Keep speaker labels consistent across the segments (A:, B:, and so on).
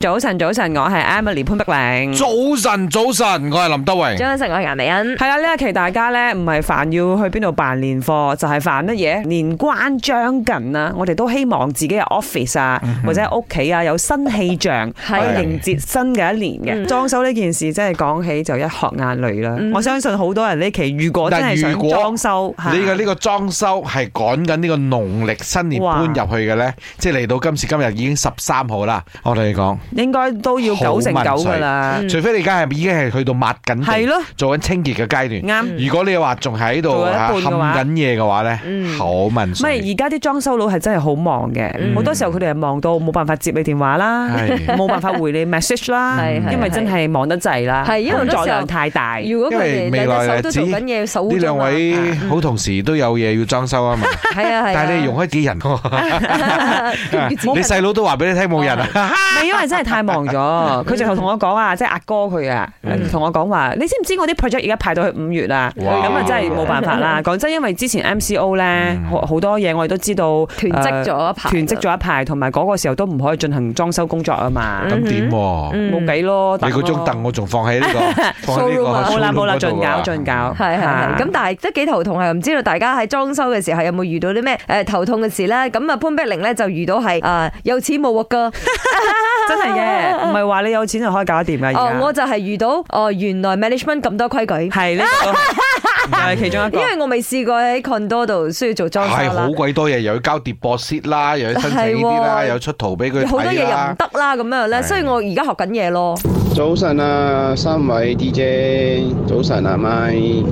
A: 早晨，早晨，我係 Emily 潘碧玲。
B: 早晨，早晨，我係林德榮。
C: 早晨，我係顏美欣。
A: 係啦，呢一期大家咧唔係煩要去邊度辦年貨，就係煩乜嘢？年關將近啊，我哋都希望自己嘅 office 啊，
B: 嗯
A: 或者喺屋企啊有新氣象，
C: 係
A: 去迎接新嘅一
B: 嗯
A: 年嘅。裝修呢件事真係講起就一殼眼淚啦。我相信好多人呢期如果真係
B: 但如
A: 想
B: 果
A: 裝修，嚇
B: 你嘅呢個裝修係趕緊呢個農曆新年搬入去嘅咧，即係嚟到今時今日已經十三號啦。我同你講，
A: 應該都要九成九噶啦，
B: 除非你而家係咪已經係去到抹緊
A: 係
B: 地，
A: 咯，
B: 做緊清潔嘅階段。
A: 啱。
B: 如果你話仲喺度
A: 做到一
B: 啊
A: 半
B: 冚
A: 嘅話
B: 緊嘢嘅話咧，
C: 嗯
B: 好問
A: 唔係
B: 水。
A: 而家啲裝修佬係真係好忙嘅，
B: 嗯
A: 好多時候佢哋係忙到冇辦法接你電話啦，
B: 係
A: 冇辦法回你 message 啦，
C: 係
B: 係
A: 因為真係忙得滯啦，
C: 係因為
A: 工作
C: 好多時候
A: 量太大。
C: 如果佢哋
B: 因為未來
C: 兩隻手
B: 日
C: 都
B: 子
C: 做緊嘢，手
B: 呢兩 位好同事都有嘢要裝修啊嘛，
C: 係啊係啊。
B: 但係你用開幾人喎？
C: 冇
B: 你細佬都話俾你聽冇人啊。
A: 唔係因為真係太忙咗， 佢直頭同我講啊，即係阿哥佢啊，同我講話，你知唔知我啲 project 而家排到去五月啦？
B: 哇
A: 咁啊真係冇辦法 啦。講真，因為之前 MCO 咧
B: 嗯
A: 好好多嘢我哋都知道
C: 囤積咗一排，
A: 囤積咗一排，同埋嗰個時候都唔可以進行裝修工作啊嘛，
B: 咁點喎？
C: 嗯
A: 冇計咯。
B: 你
A: 等
B: 嗰張
A: 咯
B: 凳我仲放喺呢 個，放喺呢
C: Showroom
B: 個
C: 啊
A: 冇啦冇啦，盡
B: showroom
A: 搞
B: 嗰度
A: 盡搞，
C: 係係
B: 啊
C: 係，咁但係都幾頭痛啊！唔知道大家喺裝修嘅時候有冇遇到啲咩誒頭痛嘅事咧？咁啊潘碧玲咧就遇到係誒
B: 啊
C: 有錢冇鑊㗎。
A: 真 係嘅，唔係話你有錢就可以搞掂噶。
B: 啊
C: 哦，我
A: 而
C: 就係遇到哦原來 management 咁多 規矩，
B: 啊
A: 家係呢 個又係其中一個
C: 因。為我未試過喺 condo 度需要做裝
B: 係
C: 修啦
B: 好。鬼多嘢，又要交 deposit 啦，又要申請呢啲啦，
C: 係喎
B: 又要出圖俾佢
C: 啊有好多嘢
B: 睇
C: 又唔
B: 啦。
C: 得啦，咁樣咧，
B: 係
C: 所以我而家學緊嘢咯。
D: 早晨啊，三位 DJ，早晨啊，Mike，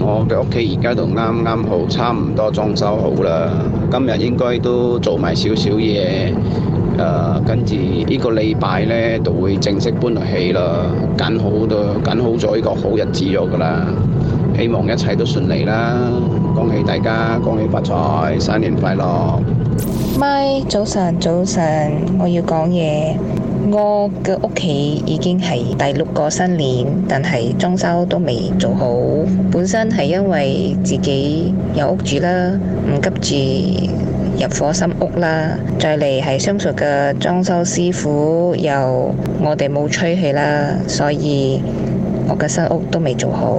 D: 我嘅屋企而家都啱啱好，差唔多裝修好啦。今日應該都做埋少少嘢，誒、跟住呢個禮拜呢，就會正式搬落去啦。揀好咗，揀好咗呢個好日子咗㗎啦。希望一切都順利啦，恭喜大家，恭喜發財，新年快樂！
E: 咪早晨，早晨，我要講嘢。我嘅屋企已經係第六個新年，但係裝修都未做好。本身係因為自己有屋住啦，唔急住入伙新屋啦。再嚟係相熟嘅裝修師傅又我哋冇吹氣啦，所以我嘅新屋都未做好。